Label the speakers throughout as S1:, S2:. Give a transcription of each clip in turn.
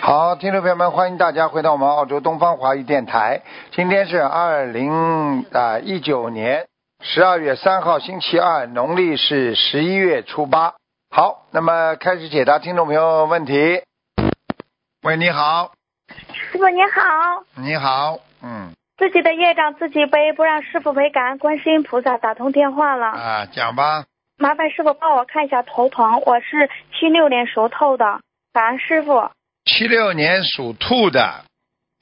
S1: 好，听众朋友们，欢迎大家回到我们澳洲东方华语电台。今天是二零啊一九年十二月三号，星期二，农历是十一月初八。好，那么开始解答听众朋友问题。喂，你好，
S2: 师傅您好，
S1: 你好，嗯
S2: 自己的业障自己背，不让师傅背，感恩观世音菩萨，打通电话了。
S1: 啊，讲吧，
S2: 麻烦师傅帮我看一下头疼，我是七六年属兔的，感恩师傅。
S1: 七六年属兔的，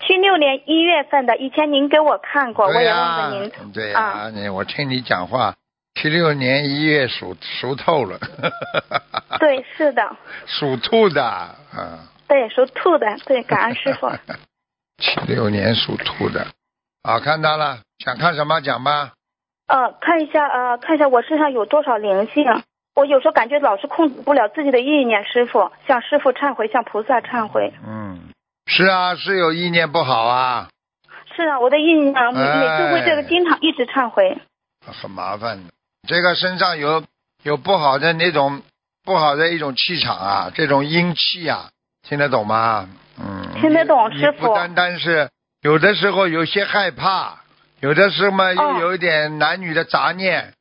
S2: 七六年一月份的，以前您给我看过，我
S1: 对
S2: 也
S1: 呀、
S2: 问过您。
S1: 对呀、
S2: 啊
S1: 你我听你讲话，七六年一月属属透了，
S2: 对，是的，
S1: 属兔的，啊。
S2: 对，属兔的，对，感恩 师傅。。
S1: 七六年属兔的，啊，看到了，想看什么讲吧。
S2: 呃，看一下，呃，看一下我身上有多少灵性。我有时候感觉老是控制不了自己的意念，师傅向师傅忏悔，向菩萨忏悔。
S1: 嗯，是啊，是有意念不好啊，
S2: 是啊，我的意念每每次为这
S1: 哎
S2: 个经常一直忏悔。
S1: 很麻烦的。这个身上有有不好的那种不好的一种气场啊，这种阴气啊，听得懂吗？嗯，
S2: 听得懂
S1: 你
S2: 师
S1: 你
S2: 傅
S1: 不单单是有的时候有些害怕，有的时候嘛又
S2: 哦
S1: 有一点男女的杂念，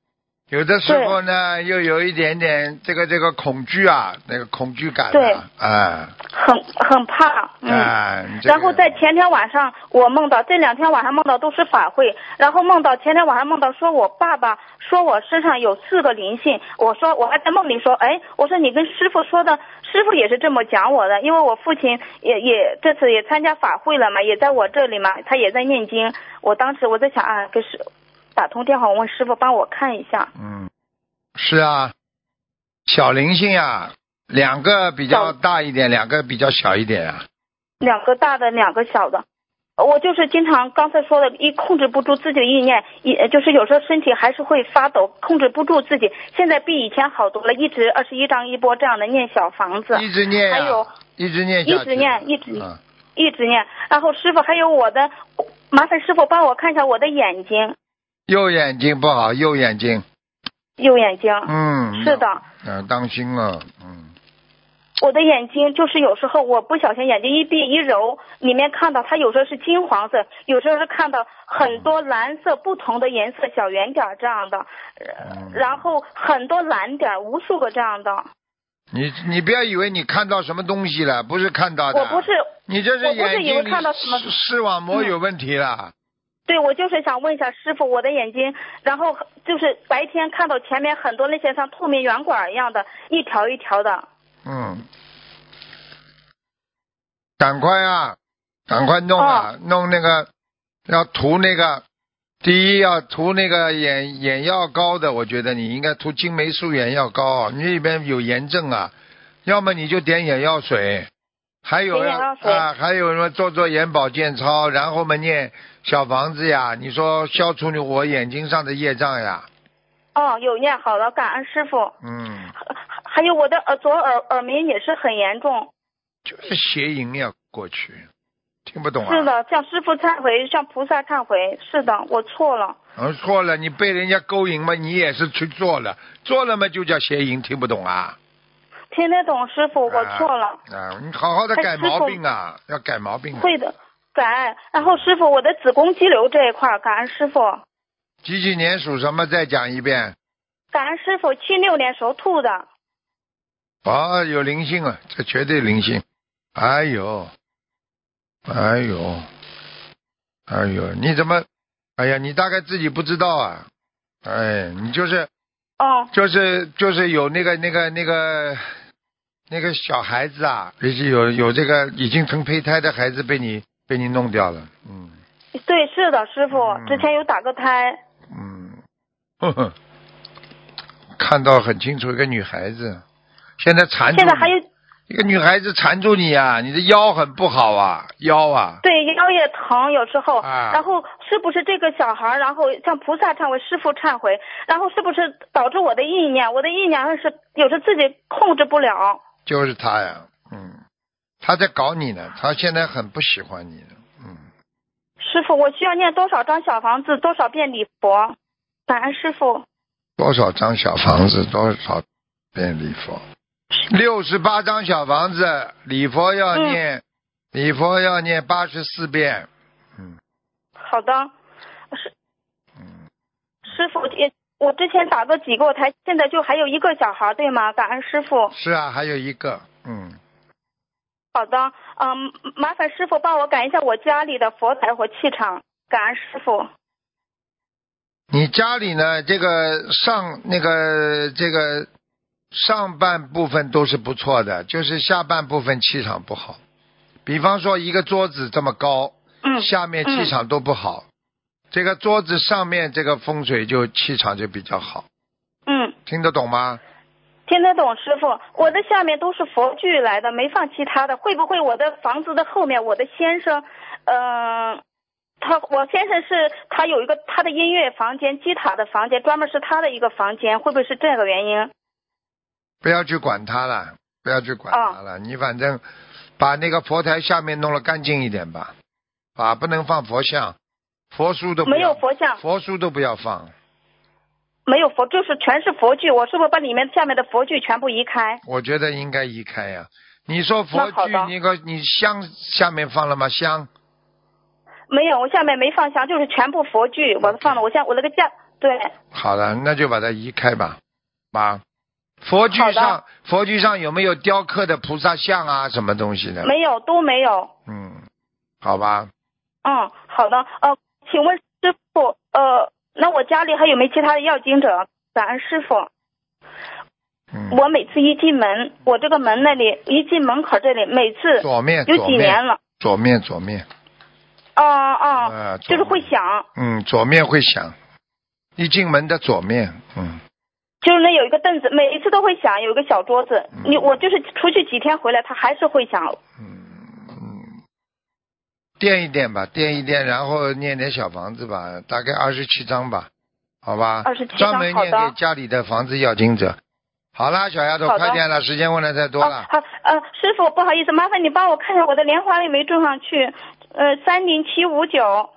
S1: 有的时候呢又有一点点这个这个恐惧啊，那个恐惧感
S2: 对
S1: 啊，啊。
S2: 很很怕，嗯。
S1: 啊，你这个
S2: 然后在前天晚上我梦到，这两天晚上梦到都是法会，然后梦到前天晚上梦到说我爸爸说我身上有四个灵性，我说我还在梦里说，哎，我说你跟师傅说的，师傅也是这么讲我的，因为我父亲也也这次也参加法会了嘛，也在我这里嘛，他也在念经，我当时我在想啊，给师打通电话，我问师傅帮我看一下，
S1: 嗯，是啊，小灵性啊，两个比较
S2: 小
S1: 大一点，两个比较小一点啊。
S2: 两个大的，两个小的。我就是经常刚才说的，一控制不住自己的意念，也就是有时候身体还是会发抖，控制不住自己。现在比以前好多了，一直二十一章一波这样的念小房子，
S1: 一直念啊呀、
S2: 啊还有
S1: 一直念下
S2: 一
S1: 去，
S2: 直念，一直
S1: 嗯，
S2: 一直念。然后师傅还有我的，麻烦师傅帮我看一下我的眼睛，
S1: 右眼睛不好，右眼睛，
S2: 右眼睛。
S1: 嗯，
S2: 是，的，
S1: 嗯，当心了，嗯，
S2: 我的眼睛就是有时候我不小心眼睛一闭一揉，里面看到它有时候是金黄色，有时候是看到很多蓝色不同的颜色小圆点儿这样的，呃
S1: 嗯
S2: 然后很多蓝点儿，无数个这样的。
S1: 你你不要以为你看到什么东西了，不是看到的，
S2: 我不是，
S1: 你这
S2: 我不是
S1: 眼
S2: 以为
S1: 睛
S2: 看到什么
S1: 里视视网膜有问题了，
S2: 对我就是想问一下师傅，我的眼睛，然后就是白天看到前面很多那些像透明圆管儿一样的，一条一条的。
S1: 嗯，赶快啊，赶快弄
S2: 哦
S1: 啊，弄那个要涂那个，第一要涂那个眼眼药膏的，我觉得你应该涂金霉素眼药膏啊，你里边有炎症啊，要么你就点眼药水，还有
S2: 点
S1: 要
S2: 眼药水
S1: 啊，还有什么做做眼保健操，然后嘛念小房子呀，你说消除你我眼睛上的业障呀，
S2: 哦，有念好了，感恩师傅。
S1: 嗯，
S2: 还还有我的耳左耳耳鸣也是很严重，
S1: 就是邪淫要过去，听不懂啊？
S2: 是的，向师傅忏悔，向菩萨忏悔。是的，我错了。
S1: 嗯，错了，你被人家勾引嘛，你也是去做了，做了嘛就叫邪淫，听不懂啊？
S2: 听得懂，师傅，我
S1: 啊
S2: 错了，
S1: 啊！你好好的
S2: 哎
S1: 改
S2: 师傅
S1: 毛病啊，要改毛病、啊。
S2: 会的，感恩。然后师傅，我的子宫肌瘤这一块儿，感恩师傅，
S1: 几几年属什么？再讲一遍。
S2: 感恩师傅。七六年属兔的，
S1: 哦，有灵性啊，这绝对灵性。哎呦，哎呦，哎呦，你怎么？哎呀，你大概自己不知道啊。哎，你就是
S2: 哦，
S1: 就是就是有那个那个那个那个小孩子啊，就是有有这个已经成胚胎的孩子被你被你弄掉了，嗯
S2: 对，是的，师傅
S1: 嗯，
S2: 之前有打过胎，
S1: 嗯，呵呵，看到很清楚一个女孩子，现在缠住
S2: 现在
S1: 你
S2: 还有
S1: 一个女孩子缠住你啊，你的腰很不好啊，腰啊，
S2: 对腰也疼，有时候。
S1: 啊
S2: 然后是不是这个小孩儿，然后向菩萨忏悔，师傅忏悔，然后是不是导致我的意念？我的意念是有时自己控制不了。
S1: 就是她呀，嗯，她在搞你呢，她现在很不喜欢你，嗯，
S2: 师傅，我需要念多少张小房子，多少遍礼佛？感恩师傅。
S1: 多少张小房子，多少遍礼佛？六十八张小房子，礼佛要念礼佛要念八十四遍，嗯
S2: 好的，师
S1: 嗯，
S2: 师傅也，我之前打过几个台，现在就还有一个小孩，对吗？感恩师傅。
S1: 是啊，还有一个，嗯，
S2: 好的，嗯，麻烦师傅帮我赶一下我家里的佛台和气场，感恩师傅。
S1: 你家里呢？这个上那个这个上半部分都是不错的，就是下半部分气场不好。比方说一个桌子这么高，
S2: 嗯，
S1: 下面气场都不好，这个桌子上面这个风水就气场就比较好，
S2: 嗯，
S1: 听得懂吗？
S2: 听得懂师傅。我的下面都是佛具来的，没放其他的。会不会我的房子的后面，我的先生，嗯、他我先生是他有一个他的音乐房间、吉他的房间，专门是他的一个房间，会不会是这个原因？
S1: 不要去管它了，不要去管它
S2: 哦
S1: 了，你反正把那个佛台下面弄得干净一点吧，啊，不能放佛像，佛书都不要
S2: 没有佛像，
S1: 佛书都不要放，
S2: 没有佛，就是全是佛具。我是不是把里面下面的佛具全部移开？
S1: 我觉得应该移开呀、你说佛
S2: 那好
S1: 具
S2: 的，
S1: 你个你香下面放了吗？香，
S2: 没有，我下面没放香，就是全部佛具，我放了。我现在我那个架，对，
S1: 好了，那就把它移开吧，啊，佛具
S2: 好的
S1: 上佛具上有没有雕刻的菩萨像啊？什么东西的？
S2: 没有，都没有。
S1: 嗯，好吧，
S2: 嗯，好的。呃，请问师傅，呃，那我家里还有没其他的要经者？感恩师傅，
S1: 嗯，
S2: 我每次一进门，我这个门那里一进门口这里，每次
S1: 左面
S2: 有
S1: 左
S2: 几
S1: 面
S2: 年了，
S1: 左面左面，
S2: 哦哦，
S1: 啊，
S2: 就
S1: 左
S2: 是
S1: 面
S2: 会响，
S1: 嗯，左面会响，一进门的左面，嗯，
S2: 就是那有一个凳子，每一次都会响，有一个小桌子。
S1: 嗯
S2: 你我就是出去几天回来，它还是会响。
S1: 垫一垫吧，垫一垫，然后念点小房子吧，大概二十七章吧，好吧？
S2: 27章
S1: 专门
S2: 好
S1: 念
S2: 的
S1: 给家里的房子要经者。好啦，小丫头，
S2: 好的
S1: 快点了，时间问的太多
S2: 啊
S1: 了。
S2: 好、呃，师傅不好意思，麻烦你帮我看一下我的莲花有没有种上去？呃，三零七五九，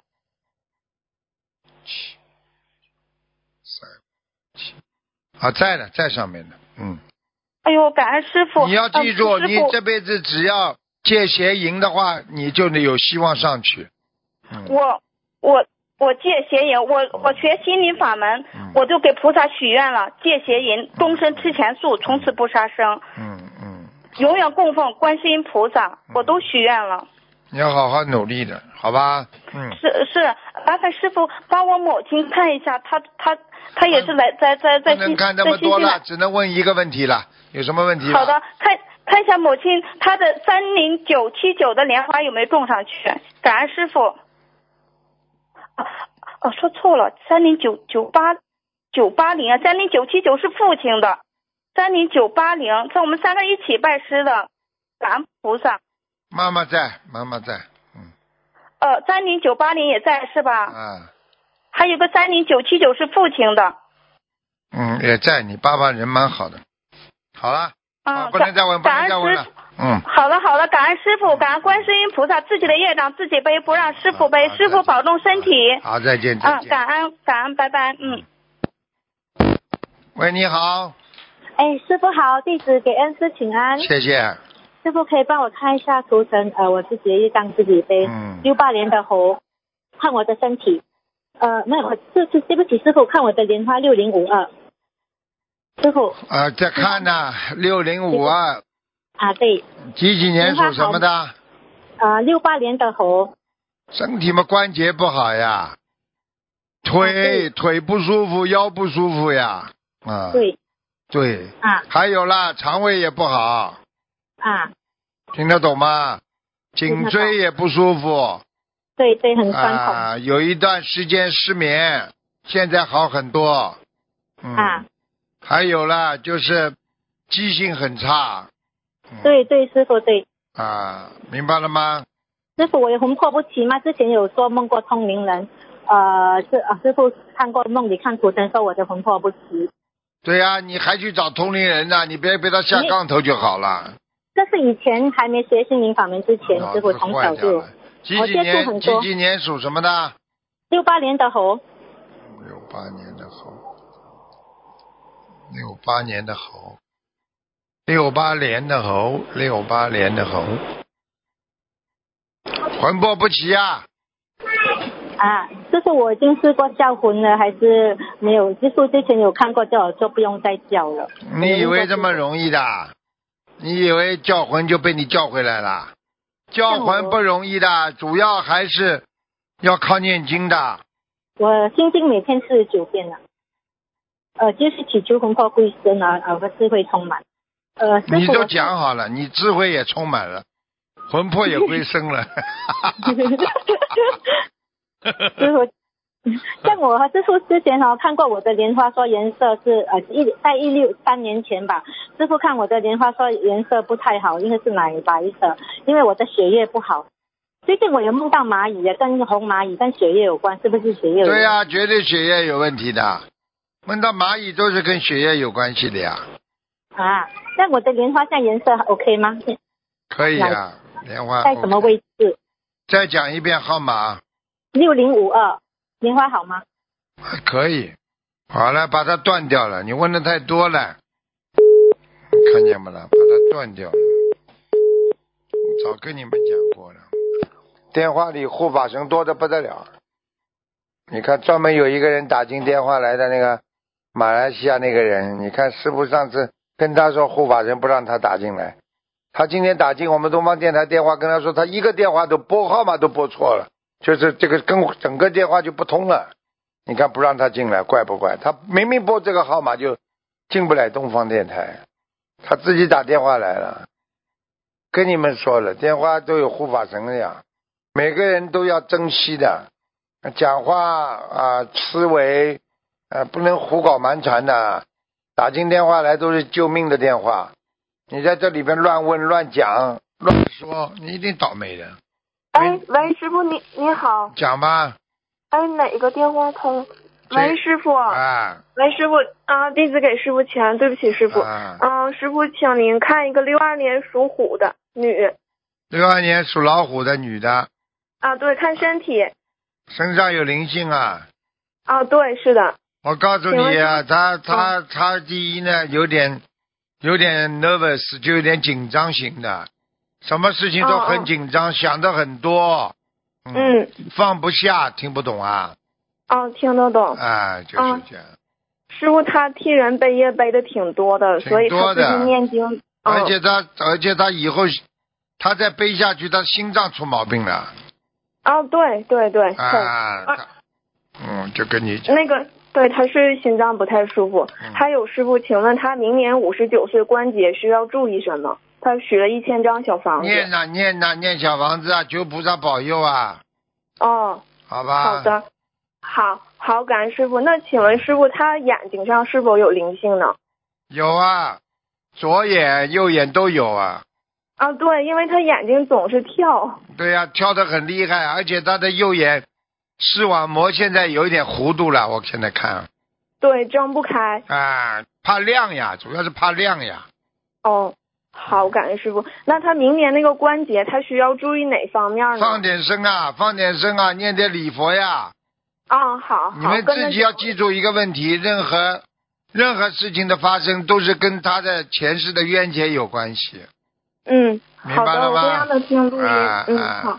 S1: 三七啊，在呢，在上面呢，嗯。
S2: 哎呦，感恩师傅。
S1: 你要记住，
S2: 呃、
S1: 你
S2: 师傅
S1: 这辈子只要借邪淫的话，你就能有希望上去。嗯
S2: 我我我戒邪淫，我我学心灵法门，
S1: 嗯
S2: 我就给菩萨许愿了，戒邪淫，终身吃全素，从此不杀生，
S1: 嗯嗯，
S2: 永远供奉观世音菩萨，我都许愿了。
S1: 你要好好努力的，好吧？嗯。
S2: 是是，麻烦师傅帮我母亲看一下，她她她也是来在在
S1: 不
S2: 在
S1: 能
S2: 新
S1: 看
S2: 在
S1: 那么
S2: 新
S1: 多
S2: 西
S1: 了，
S2: 兰。
S1: 只能问一个问题了，有什么问题吗？
S2: 好的，看看一下母亲她的三零九七九的莲花有没有种上去？感恩师傅。啊哦，说错了，三零九九八九八零啊，三零九七九是父亲的，三零九八零在我们三个一起拜师的，感恩菩萨。
S1: 妈妈在，妈妈在，嗯
S2: 呃，三零九八零也在是吧？
S1: 啊，
S2: 还有个三零九七九是父亲的。
S1: 嗯也在，你爸爸人蛮好的。好了，啊
S2: 嗯，
S1: 不能再问，不能再
S2: 感感
S1: 问
S2: 恩师
S1: 了，嗯，
S2: 好了好了，感恩师傅，感恩观世音菩萨，自己的业障自己背，不让师傅背。
S1: 啊
S2: 师傅保重身体。
S1: 好，再见，再
S2: 嗯，
S1: 见。
S2: 感恩感恩，拜拜。嗯，
S1: 喂，你好，
S3: 哎，师傅好，弟子给恩师请安。
S1: 谢谢。
S3: 师傅可以帮我看一下图腾，呃，我自己的业障自己背。
S1: 嗯
S3: 六八年的猴，看我的身体。呃，没有，是是，对不起，师傅，看我的莲花六零五二。师傅
S1: 啊，在看呢，六零五二，
S3: 啊，对，
S1: 几几年属什么的？
S3: 呃，六八年的猴，
S1: 身体嘛关节不好呀，腿腿不舒服，腰不舒服呀，啊，
S3: 对
S1: 对，
S3: 啊
S1: 还有啦，肠胃也不好，
S3: 啊，
S1: 听得懂吗？颈椎也不舒服
S3: 对对，很酸痛
S1: 啊，有一段时间失眠，现在好很多。嗯，
S3: 啊，
S1: 还有啦，就是记性很差
S3: 对对，师傅对，
S1: 啊，明白了吗？
S3: 师傅我有魂魄不齐吗？之前有做梦过通灵人，呃，是啊，师傅看过梦里看图腾说我的魂魄不齐，
S1: 对呀、你还去找同龄人呐、你别被他
S3: 哎
S1: 下杠头就好了。
S3: 这是以前还没学心灵法门之前，
S1: 脑
S3: 师傅
S1: 子
S3: 从
S1: 啊坏
S3: 小
S1: 掉
S3: 就
S1: 了。几
S3: 我
S1: 几
S3: 接触
S1: 年？
S3: 很
S1: 几
S3: 多
S1: 几年属什么的？
S3: 六八年的猴，
S1: 六八年的猴，六八年的猴，六八年的猴，六八年的猴，魂魄不齐啊！
S3: 啊，就是我已经试过叫魂了，还是没有？就是之前有看过叫我就不用再叫了。
S1: 你以为这么容易的？你以为叫魂就被你叫回来了？叫魂不容易的，主要还是要靠念经的。
S3: 我心经每天四十九遍了，呃，就是祈求魂魄归真啊，呃，我智慧充满。呃，师父
S1: 你都 讲好了，你智慧也充满了，魂魄也归生了。
S3: 师傅， 像我和师傅之前哦看过我的莲花说颜色是呃一在一六三年前吧，师傅看我的莲花说颜色不太好，应该是奶白色，因为我的血液不好。最近我有梦到蚂蚁啊，跟红蚂蚁跟血液有关，是不是血液有关？
S1: 对呀、绝对血液有问题的。梦到蚂蚁都是跟血液有关系的呀，
S3: 啊，那我的莲花像颜色 OK 吗？
S1: 可以啊，莲花。
S3: 在什么位置？
S1: 再讲一遍号码，
S3: 六零五二，莲花好吗？
S1: 可以。好了，把它断掉了。你问的太多了，看见没了？把它断掉了。我早跟你们讲过了。电话里护法神多的不得了。你看，专门有一个人打进电话来的那个马来西亚那个人，你看师傅上次跟他说护法神不让他打进来，他今天打进我们东方电台电话，跟他说他一个电话都拨号码都拨错了，就是这个跟整个电话就不通了。你看不让他进来，怪不怪？他明明拨这个号码就进不来东方电台，他自己打电话来了。跟你们说了，电话都有护法神的呀，每个人都要珍惜的，讲话啊、思维啊、不能胡搞蛮缠的。打进电话来都是救命的电话，你在这里边乱问、乱讲、乱说，你一定倒霉的。
S2: 哎，喂，师傅你你好，
S1: 讲吧，
S2: 哎，哪个电话通？
S1: 这
S2: 喂，师傅，
S1: 啊
S2: 喂，师傅啊，弟子给师傅钱，对不起，师傅。
S1: 啊，
S2: 嗯、师傅，请您看一个六二年属虎的女
S1: 六二年属老虎的女的，
S2: 啊，对，看身体
S1: 身上有灵性啊！
S2: 啊，对，是的，
S1: 我告诉
S2: 请
S1: 你啊，
S2: 问
S1: 他他他第一呢，有点有点 nervous，就有点紧张型的，什么事情都
S2: 哦
S1: 很
S2: 哦
S1: 紧张，想的很多，
S2: 嗯，
S1: 放不下，听不懂啊，
S2: 啊，听得懂。
S1: 啊，就是
S2: 哦
S1: 这样。
S2: 师傅他替人背业背的挺多的，
S1: 挺
S2: 所以
S1: 多
S2: 他
S1: 的啊
S2: 最近念经，嗯、
S1: 而且他而且他以后他再背下去，他心脏出毛病了
S2: 啊，对对对，
S1: 啊
S2: 对
S1: 他嗯，就跟你讲，
S2: 那个对，他是心脏不太舒服。
S1: 嗯
S2: 还有师傅，请问他明年五十九岁关节需要注意什么？他许了一千张小房子。
S1: 念呐、念呐、念小房子啊，求菩萨保佑啊，
S2: 哦，
S1: 好吧？
S2: 好的，好好感恩师傅。那请问师傅，他眼睛上是否有灵性呢？
S1: 有啊，左眼、右眼都有啊。
S2: 啊，对，因为他眼睛总是跳。
S1: 对呀、跳得很厉害，啊而且他的右眼视网膜现在有一点弧度了，我现在看
S2: 对，睁不开。
S1: 啊，怕亮呀，主要是怕亮呀。
S2: 哦，好，感恩师傅。那他明年那个关节，他需要注意哪方面呢？
S1: 放点声啊，放点声啊，念点礼佛呀。
S2: 啊，好，好，
S1: 你们
S2: 跟着
S1: 自己要记住一个问题，任何任何事情的发生都是跟他的前世的冤结有关系，
S2: 嗯，好
S1: 明白
S2: 的，
S1: 了吗
S2: 我这样的听录音，
S1: 啊
S2: 嗯，
S1: 啊
S2: 好，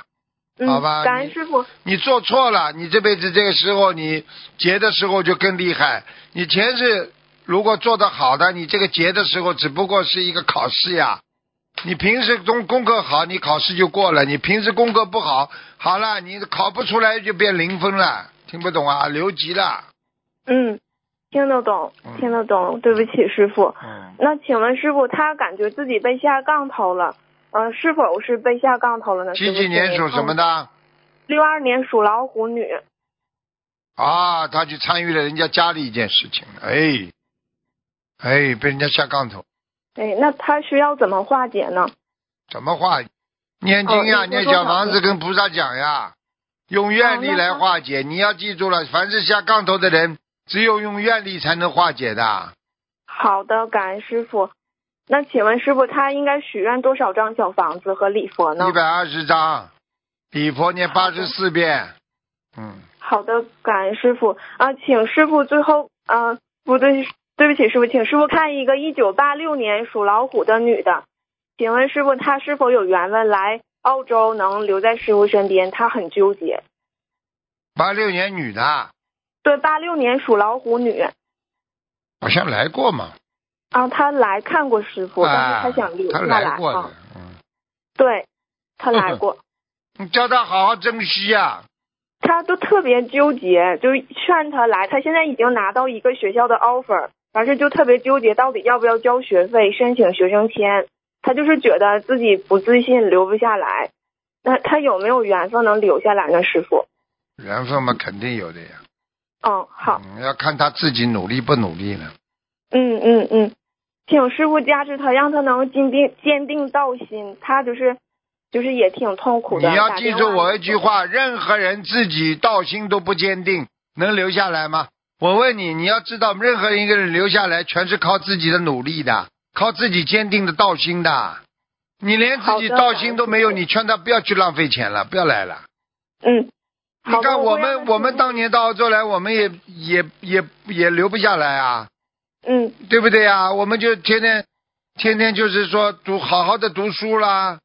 S2: 嗯，
S1: 好吧
S2: 感恩
S1: 你
S2: 师傅，
S1: 你做错了，你这辈子这个时候你结的时候就更厉害。你前世如果做得好的，你这个结的时候只不过是一个考试呀。你平时功功课好，你考试就过了；你平时功课不好，好了，你考不出来就变零分了。听不懂啊，留级了。
S2: 嗯，听得懂
S1: 嗯，
S2: 听得懂，对不起，师傅。
S1: 嗯，
S2: 那请问师傅，他感觉自己被下杠头了，呃，是否是被下杠头了呢？
S1: 几几年属什么？的？
S2: 六二年属老虎女。
S1: 啊，他去参与了人家家里一件事情，哎，哎，被人家下杠头，
S2: 哎，那他需要怎么化解呢？
S1: 怎么化？念经呀，
S2: 哦
S1: 念
S2: 你说
S1: 小
S2: 多少
S1: 房子
S2: 遍
S1: 跟菩萨讲呀，用愿力
S2: 哦那
S1: 来
S2: 他
S1: 化解。你要记住了，凡是下杠头的人，只有用愿力才能化解的。
S2: 好的，感恩师傅。那请问师傅，他应该许愿多少张小房子和礼佛呢
S1: 一？百二十章，礼佛念八
S2: 好
S1: 十
S2: 的
S1: 四遍，嗯，
S2: 好的，感恩师傅啊，请师傅最后啊，不对，对不起，师傅，请师傅看一个一九八六年属老虎的女的，请问师傅她是否有缘分来澳洲能留在师傅身边，他很纠结。
S1: 八六年女的，
S2: 对，八六年属老虎女
S1: 好像来过嘛？
S2: 啊，她来看过师傅，但
S1: 啊，
S2: 是她想留
S1: 她
S2: 下
S1: 来过
S2: 啊
S1: 的。，嗯，
S2: 对，她 来过，
S1: 你叫她好好珍惜呀、
S2: 她都特别纠结，就是劝她来。她现在已经拿到一个学校的 offer，但是就特别纠结，到底要不要交学费，申请学生签。她就是觉得自己不自信，留不下来。那她有没有缘分能留下来呢，师傅？
S1: 缘分嘛，肯定有的呀。
S2: 嗯，好，
S1: 嗯，要看她自己努力不努力了。
S2: 嗯嗯嗯，请师傅加持他，让他能坚定坚定道心。他就是就是也挺痛苦
S1: 你
S2: 的。
S1: 要
S2: 打
S1: 记
S2: 电
S1: 住
S2: 话
S1: 我一句话：任何人自己道心都不坚定，能留下来吗？我问你，你要知道，任何一个人留下来，全是靠自己的努力的，靠自己坚定的道心的。你连自
S2: 好
S1: 己
S2: 的
S1: 道心都没有，
S2: 感恩
S1: 你劝他不要去浪费钱了，不要来了。
S2: 嗯，
S1: 你
S2: 好的
S1: 看
S2: 我
S1: 我
S2: 会让
S1: 们
S2: 他
S1: 我们
S2: 知道
S1: 当年到澳洲来，我们也也也也留不下来啊，
S2: 嗯
S1: 对不对呀、我们就天天天天就是说读好好的读书啦，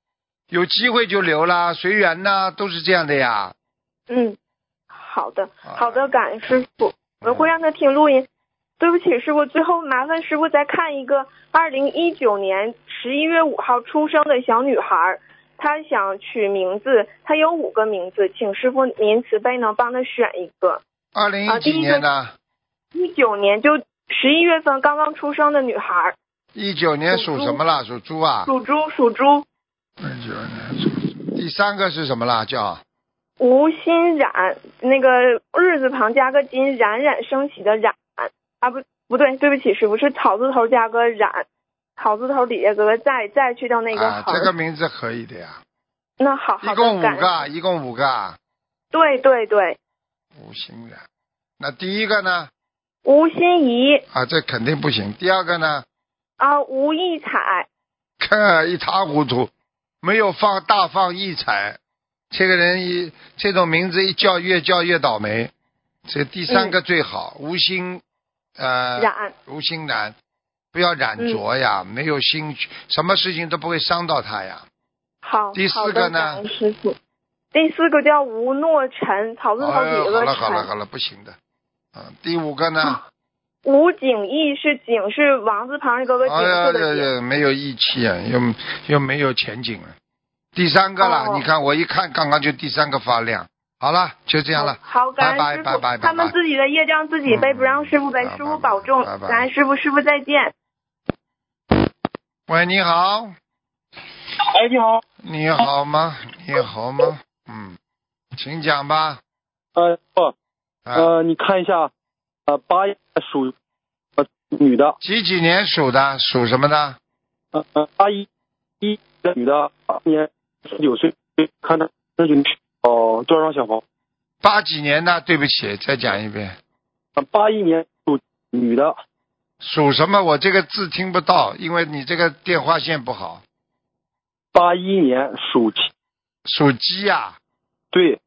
S1: 有机会就留啦，随缘呐，都是这样的呀。
S2: 嗯，好的
S1: 啊
S2: 好的，嗯感恩师傅，我会让他听录音。对不起，师傅，最后麻烦师傅再看一个二零一九年十一月五号出生的小女孩儿，她想取名字，她有五个名字，请师傅您慈悲能帮她选一个。
S1: 二零
S2: 啊
S1: 一
S2: 第
S1: 几
S2: 一个
S1: 年呢？
S2: 一九年就十一月份刚刚出生的女孩儿，
S1: 一九年
S2: 属
S1: 属
S2: 猪
S1: 什么啦？属猪啊。
S2: 属猪，属猪，
S1: 二九年属。第三个是什么啦？叫
S2: 吴欣冉，那个日字旁加个金，冉冉升起的冉啊，不不对，对不起，师傅是草字头加个冉，草字头底下搁个再，再去掉那个
S1: 啊，
S2: 横。
S1: 这个名字可以的呀。
S2: 那好好
S1: 一
S2: 的，
S1: 共五
S2: 感恩。
S1: 个，啊一共五个啊。
S2: 对对对，
S1: 吴欣然。那第一个呢？
S2: 吴欣怡
S1: 啊，这肯定不行。第二个呢？
S2: 啊，吴艺彩，
S1: 看一塌糊涂，没有放大放异彩。这个人一这种名字一叫越叫越倒霉。这第三
S2: 嗯
S1: 个最好，吴昕，呃，
S2: 冉
S1: 吴昕然，不要染
S2: 嗯
S1: 着呀，没有心，什么事情都不会伤到他呀。
S2: 好。
S1: 第
S2: 好
S1: 四
S2: 的
S1: 个呢
S2: 感恩师傅。第四个叫吴诺晨，草字头
S1: 哎
S2: 底
S1: 呦
S2: 下
S1: 好
S2: 个啊
S1: 了好了
S2: 晨。
S1: 好了，不行的。嗯，第五个呢？
S2: 吴景逸是景是王字旁一个
S1: 哎
S2: 个景色
S1: 呀，
S2: 的
S1: 这
S2: 景，
S1: 这没有义气啊，又又没有前景了。啊第三个了，
S2: 哦
S1: 你看我一看，刚刚就第三个发亮。好了，就这样了。
S2: 好，
S1: 拜
S2: 感
S1: 拜
S2: 恩师
S1: 拜拜拜
S2: 傅，他们
S1: 拜
S2: 自己的业障自己背，
S1: 嗯
S2: 不让师傅背
S1: 拜，拜
S2: 师傅保重，
S1: 拜拜
S2: 感恩师傅，师傅再见。
S1: 喂，你好，
S4: 哎，你好，
S1: 你
S2: 哦
S1: 好吗？你好吗？嗯，请讲吧。
S4: 呃，不，
S2: 哦
S1: 啊，
S4: 呃，你看一下，呃，八一属呃女的，
S1: 几几年属的？属什么的？
S4: 呃呃，八一一的女的，八年十九岁，看她那就哦多少张小房？
S1: 八几年的？对不起，再讲一遍。
S4: 八、一年属女的，
S1: 属什么？我这个字听不到，因为你这个电话线不好。
S4: 八一年属鸡，
S1: 属鸡呀、
S4: 对，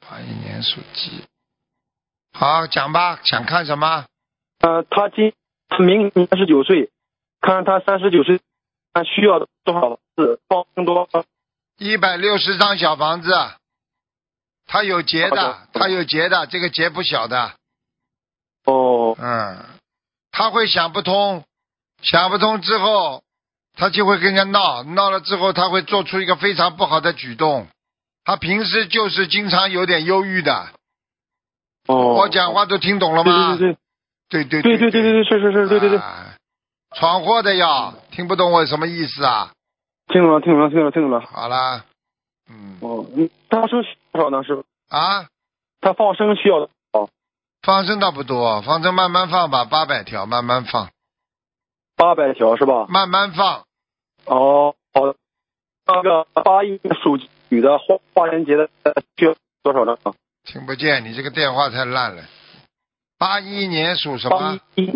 S1: 八一年属鸡。好，讲吧，想看什么？
S4: 呃，她今她明年十九岁，看看她三十九岁，看需要多少次放生多少
S1: 一百六十张小房子，他有结
S4: 好
S1: 的
S4: 的，
S1: 他有结的，这个结不小的。
S4: 哦，
S1: 嗯，他会想不通，想不通之后，他就会跟人家闹，闹了之后他会做出一个非常不好的举动。他平时就是经常有点忧郁的。
S4: 哦，
S1: 我讲话都听懂了
S4: 对
S1: 吗？
S4: 对
S1: 对对对
S4: 对对对对对对，是是是，对对对，
S1: 啊闯祸的要听不懂我什么意思啊？
S4: 听懂了听懂了听懂了听懂了。
S1: 好啦，嗯
S4: 哦，嗯他放生需要多少呢？师傅，
S1: 啊，
S4: 他放生需要
S1: 放生倒不多，放生慢慢放吧，八百条慢慢放，
S4: 八百条是吧？
S1: 慢慢放。
S4: 哦，好的。那个八一属女的花花人节的需要多少张？
S1: 听不见，你这个电话太烂了。八一年属什么
S4: 八？一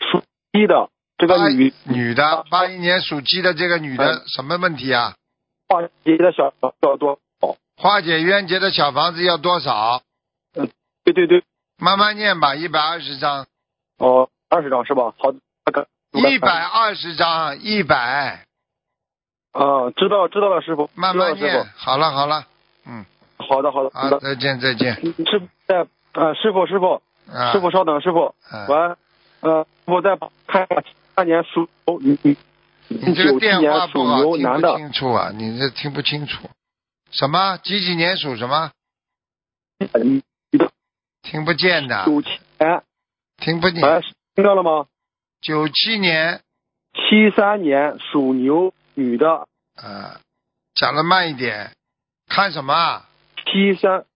S4: 属鸡的这
S1: 八
S4: 个女
S1: 女的，八一年属鸡的这个女的什么问题啊？
S4: 花人节的小要多少？
S1: 化解冤结的小房子要多少？
S4: 对对对，
S1: 慢慢念吧，一百二十张，
S4: 哦，二十张是吧？好的，那个
S1: 一百二十张，一百
S4: 啊，知道知道了，师傅，
S1: 慢
S4: 知道
S1: 慢
S4: 了师
S1: 念
S4: 傅。。
S1: 好了好了，嗯，
S4: 好的好的好
S1: 好，
S4: 的，
S1: 再见再见。
S4: 师傅在呃，师傅师傅
S1: 啊，
S4: 师傅稍等，师傅
S1: 啊，
S4: 完呃，我再看一下八年属牛，你你
S1: 你这
S4: 九
S1: 个
S4: 七
S1: 电话
S4: 年
S1: 不
S4: 属
S1: 好，
S4: 牛
S1: 听
S4: 男
S1: 不
S4: 的，
S1: 清楚啊，你这听不清楚。什么？几几年属什么？
S4: 嗯
S1: 听不见的，
S4: 九七哎年，
S1: 听不见。
S4: 完听到了吗？
S1: 九七年，
S4: 七三年属牛女的，
S1: 啊，讲的慢一点。看什么啊？
S4: 七三，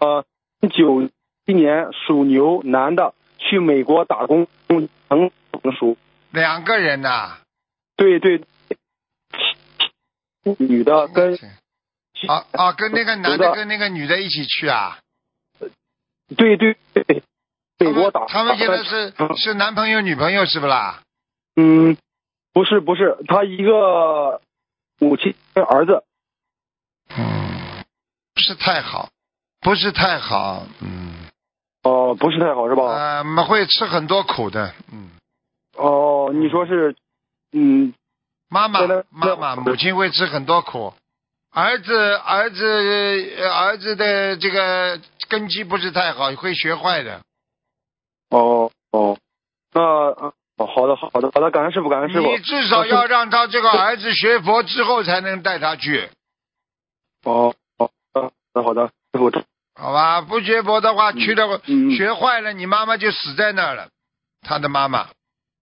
S4: 呃，九一年属牛男的，去美国打工，成成熟，
S1: 两个人呐、
S4: 对对，女的跟
S1: 嗯啊啊，跟那个男
S4: 有
S1: 的
S4: 的
S1: 跟那个女的一起去啊？
S4: 对对对，美国打嗯
S1: 他们他们现在是
S4: 打工
S1: 是男朋友女朋友是不啦？
S4: 嗯，不是不是，他一个母亲跟儿子，
S1: 嗯，不是太好，不是太好，嗯，
S4: 哦、不是太好是吧？
S1: 呃，我们会吃很多苦的，嗯，
S4: 哦、你说是，嗯，
S1: 妈妈
S4: 对了
S1: 妈妈母亲会吃很多苦，儿子儿子呃儿子的这个根基不是太好，会学坏的。
S4: 哦哦，那哦好的好的好的，感恩师傅感恩师傅，
S1: 你至少要让他这个儿子学佛之后才能带他去，
S4: 哦，好的，好的，师傅，
S1: 好吧？不学佛的话，去了
S4: 嗯，
S1: 学坏了，你妈妈就死在那儿了。他的妈妈，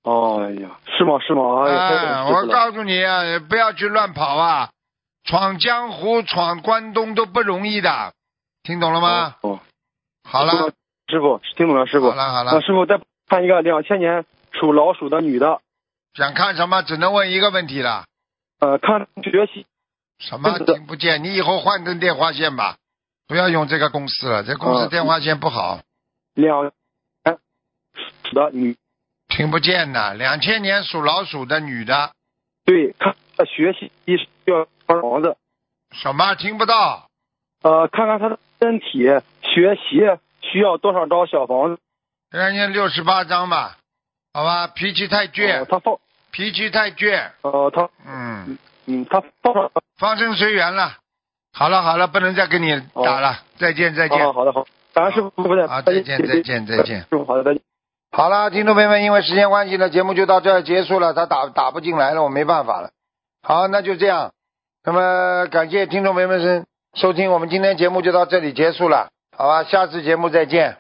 S4: 哦，哎呀，是吗？是吗？哎呀，太
S1: 哎，
S4: 感谢
S1: 我
S4: 师傅了
S1: 告诉你啊，不要去乱跑啊，闯江湖、闯关东都不容易的，听懂了吗？？
S4: 哦，
S1: 好了，，
S4: 师傅，听懂了，师傅
S1: 好。了，好
S4: 那
S1: 了，
S4: 师傅再看一个两千年属老鼠的女的，
S1: 想看什么只能问一个问题了，
S4: 呃，看学习，
S1: 什么
S4: 是的
S1: 听不见？你以后换根电话线吧，不要用这个公司了，这公司
S4: 嗯
S1: 电话线不好。
S4: 两，哎，属的女，
S1: 听不见的，两千年属老鼠的女的，
S4: 对，看她学习需要多少房子，
S1: 什么听不到？
S4: 呃，看看她的身体学习需要多少张小房子，
S1: 让人家六十八张吧，好吧，脾气太倔，
S4: 呃她放，
S1: 脾气太倔，
S4: 呃，她，
S1: 嗯，
S4: 嗯，她放上，
S1: 方生随缘了。好了好了，不能再跟你打了，再见再见。
S4: 啊，好的，好，感恩师傅，
S1: 好再见再见再见
S4: 师傅，好的，再见。
S1: 好了，听众朋友们，因为时间关系呢，节目就到这儿结束了。他打打不进来了，我没办法了。好，那就这样。那么感谢听众朋友们收收听，我们今天节目就到这里结束了。好吧，下次节目再见。